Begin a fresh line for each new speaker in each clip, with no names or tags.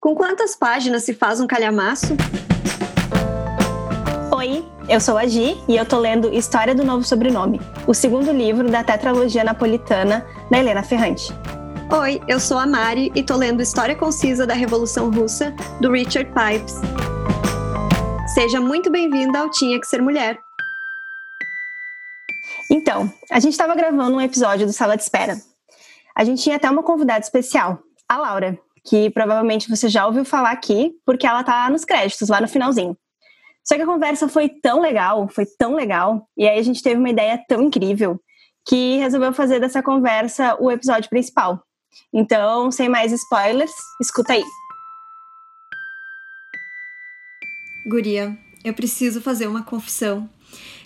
Com quantas páginas se faz um calhamaço?
Oi, eu sou a Gi e eu tô lendo História do Novo Sobrenome, o segundo livro da tetralogia napolitana da Helena Ferrante.
Oi, eu sou a Mari e tô lendo História Concisa da Revolução Russa, do Richard Pipes. Seja muito bem-vinda ao Tinha Que Ser Mulher.
Então, a gente estava gravando um episódio do Sala de Espera. A gente tinha até uma convidada especial, a Laura, que provavelmente você já ouviu falar aqui, porque ela tá nos créditos, lá no finalzinho. Só que a conversa foi tão legal, foi tão legal, e aí a gente teve uma ideia tão incrível que resolveu fazer dessa conversa o episódio principal. Então, sem mais spoilers, escuta aí.
Guria, eu preciso fazer uma confissão.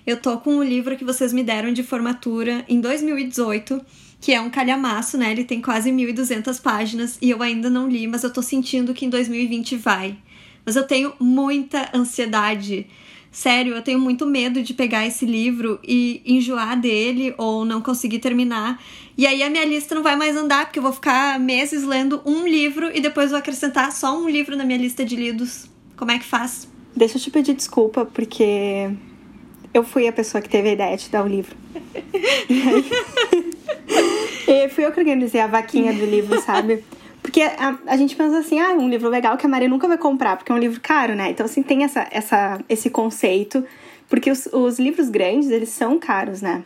Eu tô com o um livro que vocês me deram de formatura em 2018 que é um calhamaço, né? Ele tem quase 1.200 páginas e eu ainda não li, mas eu tô sentindo que em 2020 vai. Mas eu tenho muita ansiedade. Sério, eu tenho muito medo de pegar esse livro e enjoar dele ou não conseguir terminar. E aí a minha lista não vai mais andar, porque eu vou ficar meses lendo um livro e depois vou acrescentar só um livro na minha lista de lidos. Como é que faz?
Deixa eu te pedir desculpa, porque eu fui a pessoa que teve a ideia de te dar o livro. e fui eu que organizei a vaquinha do livro, sabe? Porque a, a, gente pensa assim, ah, um livro legal que a Maria nunca vai comprar, porque é um livro caro, né? Então, assim, tem essa, essa, esse conceito. Porque os, os livros grandes, eles são caros, né?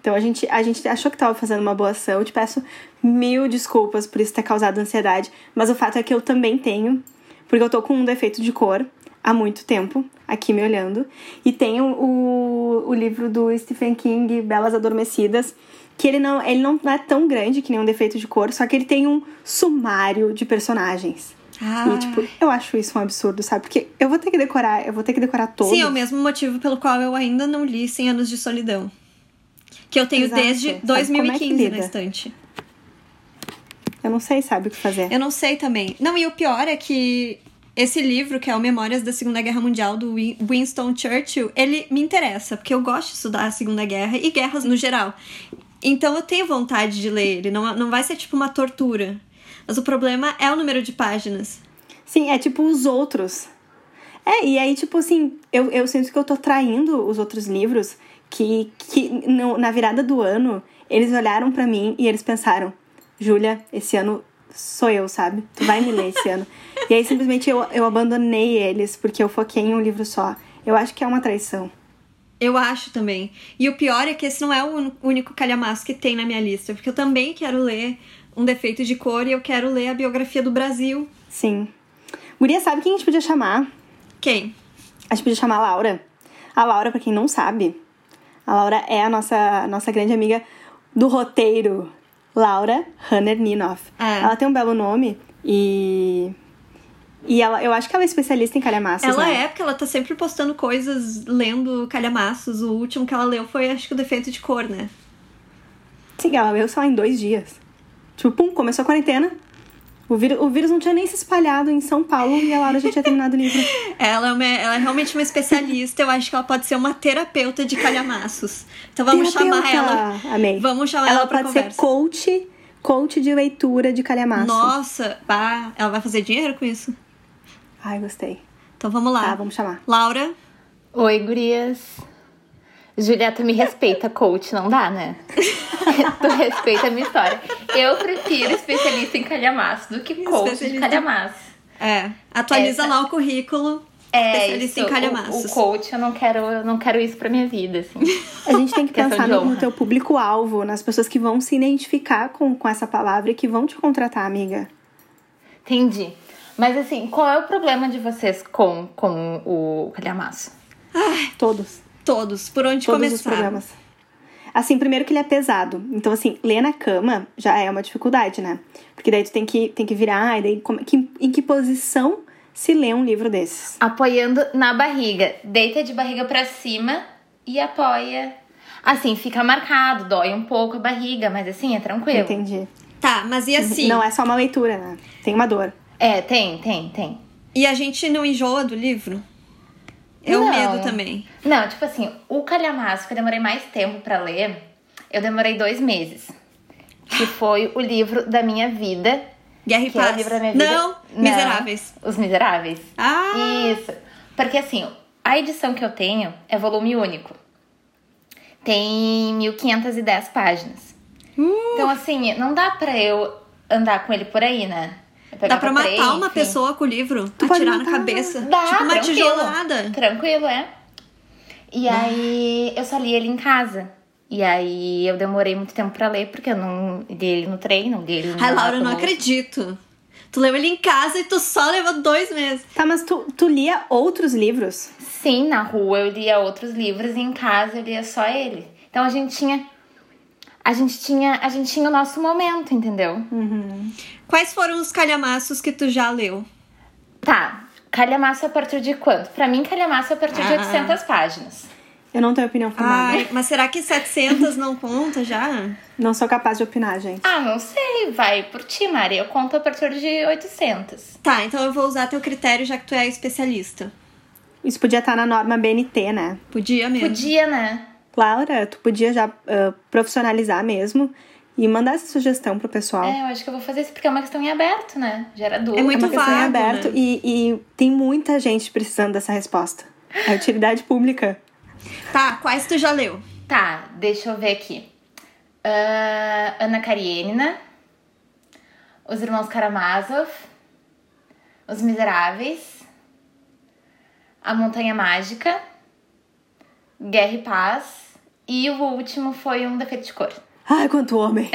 Então, a gente, a gente achou que estava fazendo uma boa ação. Eu te peço mil desculpas por isso ter causado ansiedade. Mas o fato é que eu também tenho, porque eu tô com um defeito de cor há muito tempo, aqui me olhando. E tem o, o livro do Stephen King, Belas Adormecidas, que ele não, ele não é tão grande que nem um defeito de cor, só que ele tem um sumário de personagens. Ah. E,
é
tipo, eu acho isso um absurdo, sabe? Porque eu vou ter que decorar, eu vou ter que decorar todos.
Sim, é o mesmo motivo pelo qual eu ainda não li 100 Anos de Solidão. Que eu tenho Exato. desde 2015 é na estante.
Eu não sei, sabe o que fazer.
Eu não sei também. Não, e o pior é que esse livro, que é o Memórias da Segunda Guerra Mundial, do Winston Churchill, ele me interessa, porque eu gosto de estudar a Segunda Guerra e guerras no geral. Então eu tenho vontade de ler ele, não, não vai ser tipo uma tortura. Mas o problema é o número de páginas.
Sim, é tipo os outros. É, e aí, tipo assim, eu, eu sinto que eu tô traindo os outros livros que, que no, na virada do ano eles olharam para mim e eles pensaram: Júlia, esse ano sou eu, sabe? Tu vai me ler esse ano. e aí simplesmente eu, eu abandonei eles porque eu foquei em um livro só. Eu acho que é uma traição.
Eu acho também. E o pior é que esse não é o único calhamaço que tem na minha lista, porque eu também quero ler Um Defeito de Cor e eu quero ler a biografia do Brasil.
Sim. Guria, sabe quem a gente podia chamar?
Quem?
A gente podia chamar a Laura. A Laura, para quem não sabe, a Laura é a nossa, nossa grande amiga do roteiro. Laura Hanner Ninoff. É.
Ah,
Ela tem um belo nome e e ela, eu acho que ela é especialista em calhamaços.
Ela
né?
é, porque ela tá sempre postando coisas lendo calhamaços. O último que ela leu foi, acho que, o defeito de cor, né?
Sim, ela leu só em dois dias. Tipo, pum, começou a quarentena. O vírus, o vírus não tinha nem se espalhado em São Paulo e a Laura já tinha terminado o livro.
Ela é, uma, ela é realmente uma especialista. Eu acho que ela pode ser uma terapeuta de calhamaços. Então vamos terapeuta. chamar ela.
Amei.
Vamos chamar ela,
ela
pra
conversa. Ela pode ser coach, coach de leitura de calhamaço.
Nossa, pá, ela vai fazer dinheiro com isso?
Ai, gostei.
Então vamos lá.
Tá, vamos chamar.
Laura.
Oi, gurias. Julieta me respeita, coach, não dá, né? tu respeita a minha história. Eu prefiro especialista em calhamaço do que coach de calhamaço.
É, atualiza Essa... lá o currículo.
É,
especialista isso, em calhamaços.
O, o, coach, eu não quero, eu não quero isso pra minha vida, assim.
A gente tem que pensar no, no teu público-alvo, nas pessoas que vão se identificar com, com essa palavra e que vão te contratar, amiga.
Entendi. Mas assim, qual é o problema de vocês com, com o calhamaço?
Ai, todos.
Todos. Por onde
todos
começar?
Os problemas. Assim, primeiro que ele é pesado. Então, assim, ler na cama já é uma dificuldade, né? Porque daí tu tem que, tem que virar, e daí como, que, em que posição se lê um livro desses?
Apoiando na barriga. Deita de barriga para cima e apoia. Assim, fica marcado, dói um pouco a barriga, mas assim, é tranquilo.
Entendi.
Tá, mas e assim?
Não é só uma leitura, né? Tem uma dor.
É, tem, tem, tem.
E a gente não enjoa do livro? É o medo também.
Não, tipo assim, o calhamaço que eu demorei mais tempo para ler, eu demorei dois meses. Que foi o livro da minha vida,
Guerra e
Que é o
Paz.
livro da minha vida.
Não,
Não.
Miseráveis.
Os Miseráveis.
Ah,
Isso. Porque assim, a edição que eu tenho é volume único. Tem 1510 páginas.
Uh.
Então, assim, não dá pra eu andar com ele por aí, né? Eu
dá
pegava
pra matar
trem,
uma
enfim.
pessoa com o livro,
Tu pode
atirar na
matar.
cabeça.
Dá,
tipo uma
tranquilo.
tijolada.
Tranquilo, é. E aí, eu só li ele em casa. E aí, eu demorei muito tempo pra ler, porque eu não li ele no trem, não li ele no
Ai, Laura, eu não
automóvel.
acredito. Tu leu ele em casa e tu só levou dois meses.
Tá, mas tu, tu lia outros livros?
Sim, na rua eu lia outros livros e em casa eu lia só ele. Então a gente tinha a gente tinha a gente tinha o nosso momento, entendeu?
Uhum.
Quais foram os calhamaços que tu já leu?
Tá. Calhamaço a partir de quanto? Pra mim, calhamaço a partir de
Ah.
800 páginas.
Eu não tenho opinião formada.
Ai, mas será que 700 não conta já?
Não sou capaz de opinar, gente.
Ah, não sei, vai por ti, Mari. Eu conto a partir de 800.
Tá, então eu vou usar teu critério já que tu é especialista.
Isso podia estar na norma BNT, né?
Podia mesmo.
Podia, né?
Laura, tu podia já ah, profissionalizar mesmo e mandar essa sugestão pro pessoal.
É, eu acho que eu vou fazer isso porque é uma questão em aberto, né? Já era dúvida.
É
É
muito
uma questão em
vago,
aberto
né?
e, e tem muita gente precisando dessa resposta. É utilidade pública.
Tá, quais tu já leu?
Tá, deixa eu ver aqui. Ah, Ana Karenina, Os Irmãos Karamazov, Os Miseráveis, A Montanha Mágica, Guerra e Paz, e o último foi Um Defeito de Cor.
Ai, quanto homem!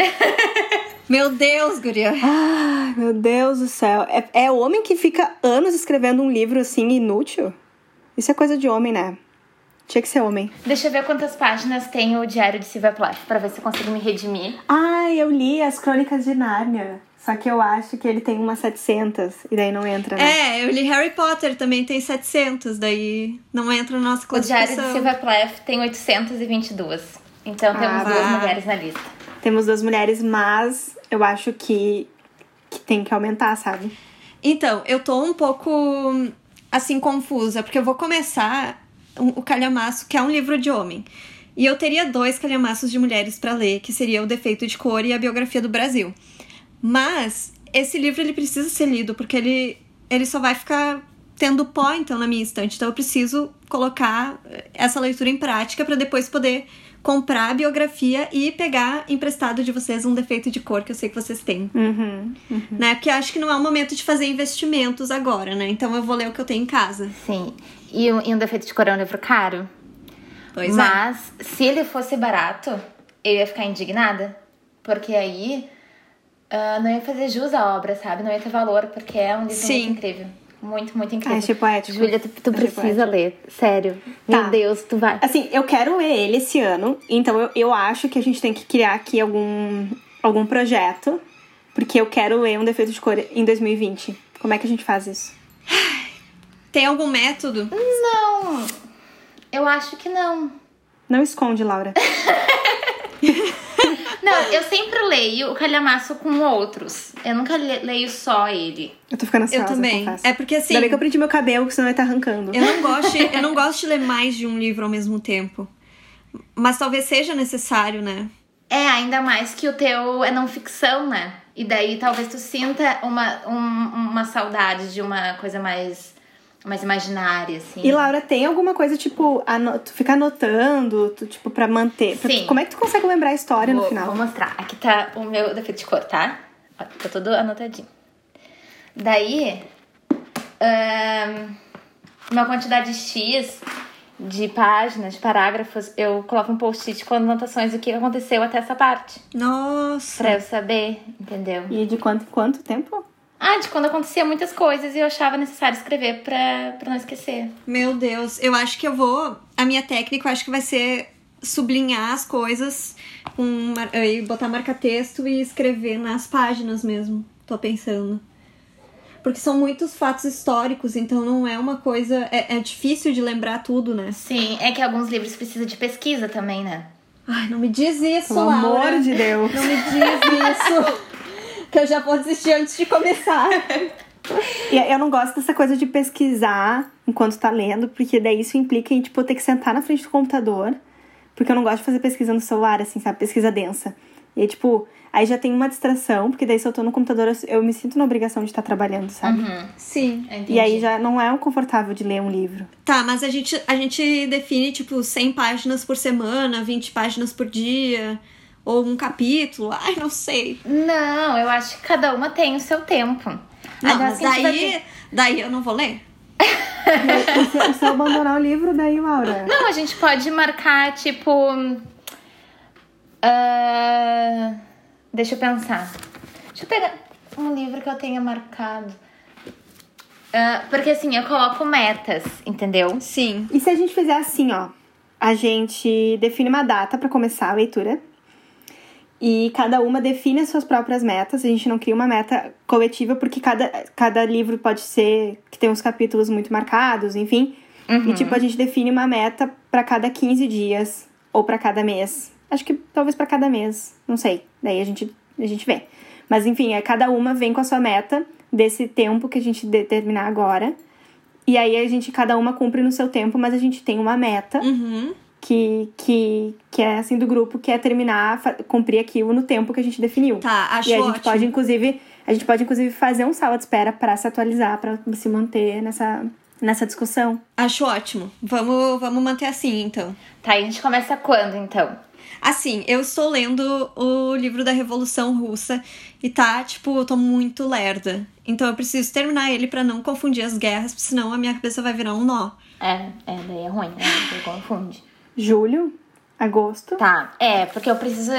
Meu Deus, guria.
Ai, meu Deus do céu. É, é homem que fica anos escrevendo um livro assim inútil? Isso é coisa de homem, né? Tinha que ser homem.
Deixa eu ver quantas páginas tem o Diário de Silvia Plath, pra ver se eu consigo me redimir.
Ai, eu li as Crônicas de Nárnia. Só que eu acho que ele tem umas 700 e daí não entra, né?
É, eu li Harry Potter, também tem 700, daí não entra na nossa
O Diário
classificação.
de Silvia Plath tem 822, então temos
Ah,
duas
vá.
mulheres na lista.
Temos duas mulheres, mas eu acho que, que tem que aumentar, sabe?
Então, eu tô um pouco, assim, confusa, porque eu vou começar um- o Calhamaço, que é um livro de homem. E eu teria dois calhamaços de mulheres pra ler, que seria O Defeito de Cor e A Biografia do Brasil. Mas, esse livro, ele precisa ser lido, porque ele, ele só vai ficar tendo pó, então, na minha estante. Então, eu preciso colocar eh, essa leitura em prática pra depois poder comprar a biografia e pegar emprestado de vocês um defeito de cor que eu sei que vocês têm
Uhum.
né? Porque eu acho que não é o momento de fazer investimentos agora, né? Então eu vou ler o que eu tenho em casa.
Sim, e o- e Um Defeito de Cor é um livro caro?
Pois é.
Mas se ele fosse barato, eu ia ficar indignada. Porque aí ah, não ia fazer jus à obra, sabe? Não ia ter valor, porque é um livro
Sim.
muito incrível. Muito, muito incrível.
Ai, achei poético.
Júlia, tu, tu
Achei
precisa ler. Sério.
Tá.
Meu Deus, tu vai.
tipo Assim, eu quero ler ele esse ano, então eu, eu acho que a gente tem que criar aqui algum, algum projeto, porque eu quero ler um defeito de cor em 2020. Como é que a gente faz isso?
Tem algum método?
Não, eu acho que não.
Não esconde, Laura.
Não, eu sempre leio o calhamaço com outros. Eu nunca le- leio só ele.
Eu tô ficando ansiosa,
eu também.
confesso.
É porque assim,
Ainda bem que eu prendi meu cabelo, porque senão ele tá arrancando.
eu não gosto, de- eu não gosto de ler mais de um livro ao mesmo tempo. Mas talvez seja necessário, né?
É, ainda mais que o teu é não ficção, né? E daí talvez tu sinta uma, um- uma saudade de uma coisa mais, mais imaginária, assim.
E Laura, tem alguma coisa, tipo, ano... tu fica anotando, tu, tipo, pra manter? pra-
Sim.
Como é que tu consegue lembrar a história
vou,
no final?
vou mostrar. Aqui tá o meu defeito de cor, tá? Ó, Tá tudo anotadinho. Daí, ahn, uma quantidade X de páginas, de parágrafos, eu coloco um post-it com anotações do que aconteceu até essa parte.
Nossa.
Pra eu saber, entendeu?
E de quanto em quanto tempo?
Ah, de quando acontecia muitas coisas e eu achava necessário escrever pra, pra não esquecer.
Meu Deus, eu acho que eu vou. A minha técnica eu acho que vai ser sublinhar as coisas com mar- eh, e botar marca-texto e escrever nas páginas mesmo. Tô pensando. Porque são muitos fatos históricos, então não é uma coisa. É, é difícil de lembrar tudo, né?
Sim, é que alguns livros precisam de pesquisa também, né?
Ai, não me diz isso,
Pelo
Laura.
amor de Deus.
Não me diz isso. que eu já vou desistir antes de começar.
E eu não gosto dessa coisa de pesquisar enquanto tá lendo, porque daí isso implica em, tipo, eu ter que sentar na frente do computador, porque eu não gosto de fazer pesquisa no celular, assim, sabe? Pesquisa densa. E aí, tipo, aí já tem uma distração, porque daí se eu tô no computador, eu, eu me sinto na obrigação de estar trabalhando, sabe?
Uhum.
Sim.
Entendi.
E aí já não é o confortável de ler um livro.
Tá, mas a gente, a gente define, tipo, 100 páginas por semana, 20 páginas por dia, ou um capítulo, ai, não sei.
Não, eu acho que cada uma tem o seu tempo.
Não,
é
Agora
mas
assim
que a gente vai
daí, daí eu não vou ler.
É, E se, eu- se eu abandonar o livro, daí, Laura.
Não, a gente pode marcar, tipo. ah, deixa eu pensar. Deixa eu pegar um livro que eu tenha marcado. Ah, porque assim, eu coloco metas, entendeu?
Sim.
E se a gente fizer assim, ó? A gente define uma data pra começar a leitura. E cada uma define as suas próprias metas. A gente não cria uma meta coletiva, porque cada, cada livro pode ser que tem uns capítulos muito marcados, enfim. E tipo, a gente define uma meta pra cada 15 dias ou pra cada mês. Acho que talvez pra cada mês, não sei. Daí a gente, a gente vê. Mas enfim, é, cada uma vem com a sua meta desse tempo que a gente determinar agora. E aí a gente, cada uma cumpre no seu tempo, mas a gente tem uma meta
Uhum.
que, que, que é assim do grupo, que é terminar, fa- cumprir aquilo no tempo que a gente definiu.
Tá, acho
e a gente
ótimo.
pode, inclusive, a gente pode, inclusive, fazer um sala de espera pra se atualizar, pra se manter nessa, nessa discussão.
Acho ótimo. Vamos, vamos manter assim, então.
Tá, e a gente começa quando então?
Assim, eu estou lendo o livro da Revolução Russa e tá, tipo, eu tô muito lerda. Então eu preciso terminar ele pra não confundir as guerras, porque senão a minha cabeça vai virar um nó.
É, é, daí é ruim, né? Porque confunde.
Julho, agosto.
Tá, é, porque eu preciso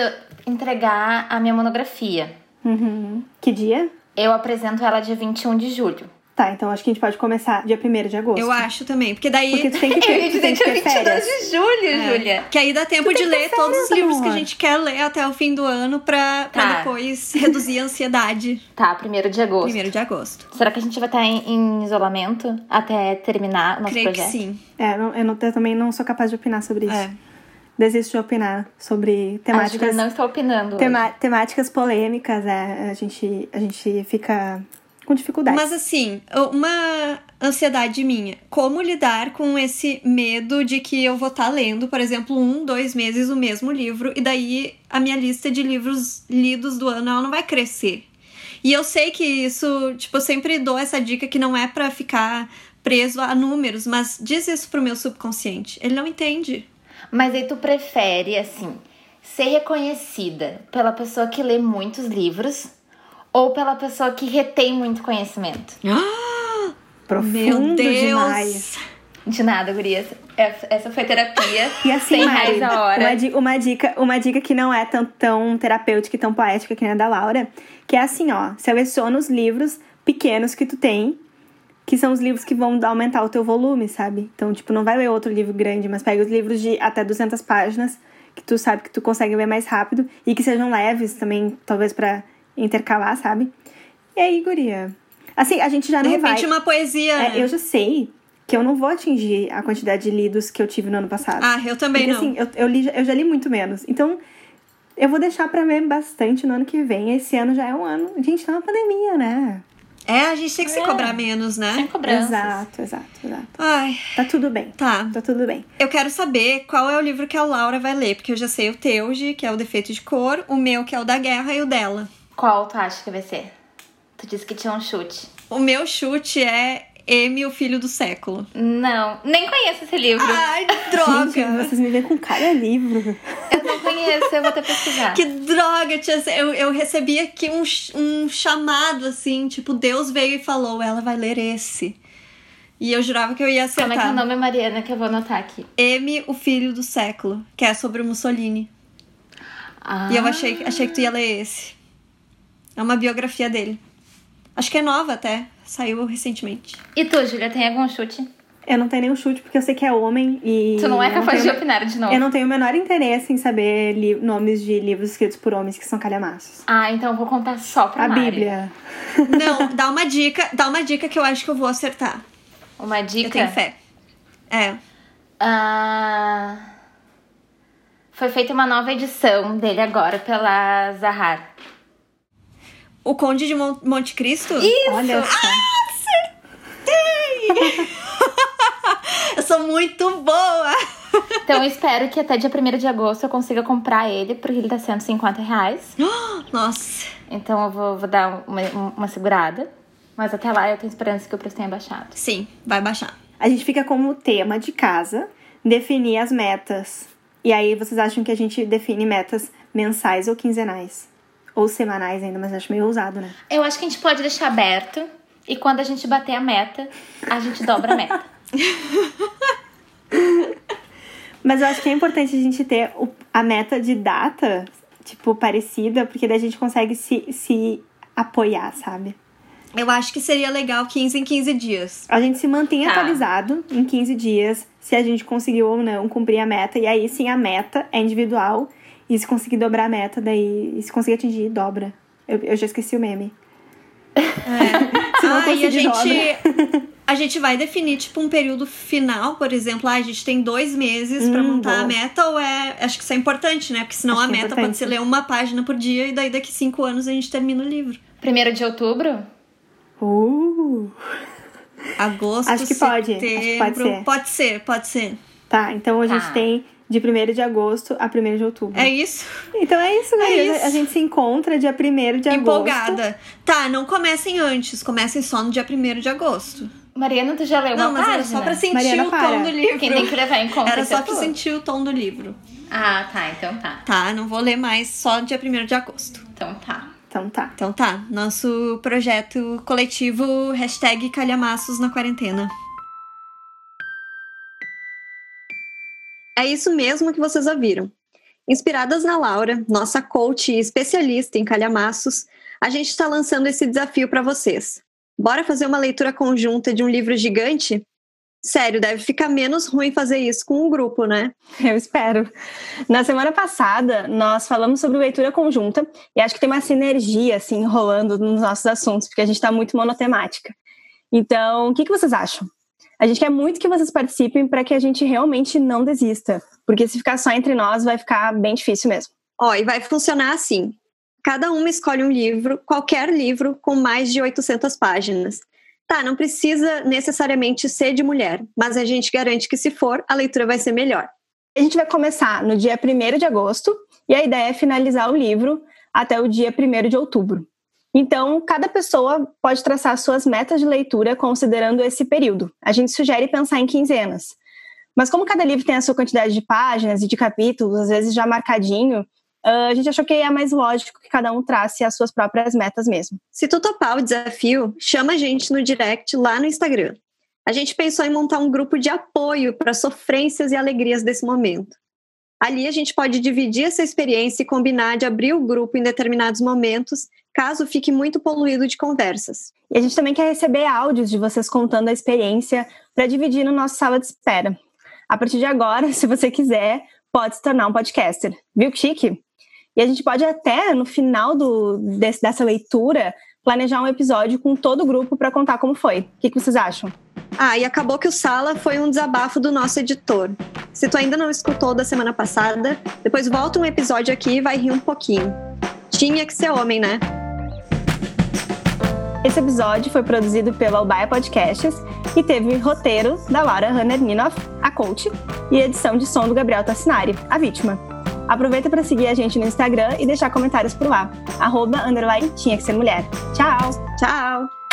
entregar a minha monografia.
Uhum. Que dia?
Eu apresento ela dia 21 de julho.
Tá, então acho que a gente pode começar dia 1 de agosto.
Eu acho também, porque daí.
Porque tu tem que ter, tu tem que ter férias.
de julho,
É, Que aí dá tempo de ler todos os livros que a gente quer ler até o fim do ano pra, pra
Tá.
depois reduzir a ansiedade.
Tá, 1 de agosto.
Primeiro de agosto.
Será que a gente vai estar em, em isolamento até terminar o nosso
Creio
projeto?
que sim.
É, não- eu, não- eu também não sou capaz de opinar sobre isso.
É.
Desisto de opinar sobre
Acho que eu
temáticas
não estou opinando.
Tema- temáticas polêmicas, é, a gente, a gente fica com dificuldade.
Mas assim, uma ansiedade minha. Como lidar com esse medo de que eu vou estar lendo, por exemplo, um, dois meses o mesmo livro, e daí a minha lista de livros lidos do ano ela não vai crescer. E eu sei que isso, tipo, eu sempre dou essa dica que não é pra ficar preso a números, mas diz isso pro meu subconsciente. Ele não entende.
Mas aí tu prefere, assim, ser reconhecida pela pessoa que lê muitos livros ou pela pessoa que retém muito conhecimento?
Profundo
meu Deus!
demais.
De nada, gurias. Essa, essa foi terapia.
E assim,
Sem
Mari,
reais a hora.
Uma, di- uma dica, uma dica que não é tão, tão terapêutica e tão poética que nem a da Laura, que é assim, ó, seleciona os livros pequenos que tu tem, que são os livros que vão dar- aumentar o teu volume, sabe? Então, tipo, não vai ler outro livro grande, mas pega os livros de até 200 páginas, que tu sabe que tu consegue ler mais rápido e que sejam leves também, talvez pra intercalar, sabe? E aí, guria? Assim, a gente já
De
não
repente,
vai...
uma poesia.
É,
né?
eu já sei que eu não vou atingir a quantidade de lidos que eu tive no ano passado.
Ah, eu também
Porque,
não.
assim, eu, eu, li- eu já li muito menos. Então, eu vou deixar pra ler bastante no ano que vem. Esse ano já é um ano. Gente, tá uma pandemia, né?
É, a gente tem que se cobrar menos,
Sem
né?
cobranças.
Exato, exato, exato.
Ai,
Tá tudo bem.
tá.
Tá tudo bem.
Eu quero saber qual é o livro que a Laura vai ler, porque eu já sei o teu, Gi, que é o Defeito de Cor, o meu, que é o da Guerra, e o dela.
Qual tu acha que vai ser? Tu disse que tinha um chute.
O meu chute é M, o Filho do Século.
Não, nem conheço esse livro.
Ai,
Gente,
droga!
vocês me veem com cada livro.
Eu não conheço, eu vou até pesquisar.
Que droga, tia. Eu, eu recebi aqui um, ch- um chamado, assim, tipo, Deus veio e falou, ela vai ler esse. E eu jurava que eu ia
Como é que é o
acertar.
nome, Mariana, que eu vou anotar aqui?
M, o Filho do Século, que é sobre o Mussolini.
Ah,
E eu achei, achei que tu ia ler esse. É uma biografia dele. Acho que é nova até. Saiu recentemente.
E tu, Júlia, tem algum chute?
Eu não tenho nenhum chute, porque eu sei que é homem e.
Tu não é
eu
capaz de
tenho-
opinar de
Eu
novo.
não tenho o menor interesse em saber li- nomes de livros escritos por homens que são calhamaços.
Ah, então eu vou contar só pra
A
Mari.
Bíblia.
Não, dá uma dica, dá uma dica que eu acho que eu vou acertar.
Uma dica.
Eu tenho fé. É.
Ah, foi feita uma nova edição dele agora pela Zahar.
O Conde de Mon- Monte Cristo?
Olha só.
Eu sou muito boa!
Então eu espero que até dia 1 de agosto eu consiga comprar ele, porque ele tá sendo 50 reais.
Nossa.
Então eu vou, vou dar uma, uma segurada. Mas até lá eu tenho esperança que o preço tenha baixado.
Sim, vai baixar.
A gente fica como tema de casa definir as metas. E aí vocês acham que a gente define metas mensais ou quinzenais? Ou semanais ainda, mas acho meio ousado, né?
Eu acho que a gente pode deixar aberto. E quando a gente bater a meta, a gente dobra a meta.
Mas eu acho que é importante a gente ter o- a meta de data, tipo, parecida, porque daí a gente consegue se, se apoiar, sabe?
Eu acho que seria legal 15 em 15 dias.
A gente se mantém
Tá.
atualizado em 15 dias, se a gente conseguiu ou não cumprir a meta. E aí sim, a meta é individual. E se conseguir dobrar a meta, daí. E se conseguir atingir, dobra. Eu, eu já esqueci o meme. Se não né?
ah, e a
conseguir,
gente. A gente vai definir, tipo, um período final, por exemplo, ah, a gente tem dois meses pra
Hum,
montar a
boa.
meta, ou é. Acho que isso é importante, né? Porque senão
Acho
a
que é
meta pode
importante.
ser ler uma página por dia e daí daqui cinco anos a gente termina o livro.
Primeiro de outubro?
Uh!
Agosto,
Acho que pode, acho que pode
setembro,
ser.
Pode ser, pode ser.
Tá, então a gente
Tá.
tem de 1 de agosto a 1 de outubro.
É isso?
Então é isso, né?
É isso.
A gente se encontra dia 1 de agosto.
Empolgada. Tá, não comecem antes, comecem só no dia 1 de agosto.
Mariana, tu já leu
não,
É uma
mas era
página?
só pra sentir
Mariana,
o
para.
tom do livro.
Quem tem que levar em conta
Era
isso é
só pra
tu.
sentir o tom do livro.
Ah, tá. Então tá.
Tá, não vou ler mais só dia 1 de agosto.
Então tá.
Então tá.
Então tá, nosso projeto coletivo hashtag calhamaços na quarentena.
É isso mesmo que vocês ouviram. Inspiradas na Laura, nossa coach e especialista em calhamaços, a gente está lançando esse desafio para vocês. Bora fazer uma leitura conjunta de um livro gigante? Sério, deve ficar menos ruim fazer isso com um grupo, né?
Eu espero. Na semana passada, nós falamos sobre leitura conjunta e acho que tem uma sinergia assim rolando nos nossos assuntos, porque a gente está muito monotemática. Então, o que, que vocês acham? A gente quer muito que vocês participem para que a gente realmente não desista, porque se ficar só entre nós vai ficar bem difícil mesmo.
Ó, e vai funcionar assim. Cada uma escolhe um livro, qualquer livro, com mais de 800 páginas. Tá, não precisa necessariamente ser de mulher, mas a gente garante que se for, a leitura vai ser melhor.
A gente vai começar no dia 1 de agosto e a ideia é finalizar o livro até o dia 1 de outubro. Então, cada pessoa pode traçar suas metas de leitura considerando esse período. A gente sugere pensar em quinzenas. Mas como cada livro tem a sua quantidade de páginas e de capítulos, às vezes já marcadinho, ah, a gente achou que é mais lógico que cada um trace as suas próprias metas mesmo.
Se tu topar o desafio, chama a gente no direct lá no Instagram. A gente pensou em montar um grupo de apoio para sofrências e alegrias desse momento. Ali a gente pode dividir essa experiência e combinar de abrir o grupo em determinados momentos, caso fique muito poluído de conversas.
E a gente também quer receber áudios de vocês contando a experiência para dividir no nosso sala de espera. A partir de agora, se você quiser, pode se tornar um podcaster. Viu que chique? E a gente pode até, no final do- desse- dessa leitura, planejar um episódio com todo o grupo para contar como foi. O que, que vocês acham?
Ah, e acabou que o Sala foi um desabafo do nosso editor. Se tu ainda não escutou o da semana passada, depois volta um episódio aqui e vai rir um pouquinho. Tinha que ser homem, né?
Esse episódio foi produzido pela Albaia Podcasts e teve roteiro da Laura Hanner Ninoff, a coach, e edição de som do Gabriel Tassinari, a vítima. Aproveita para seguir a gente no Instagram e deixar comentários por lá. Arroba, underline, tinha que ser mulher. Tchau!
Tchau!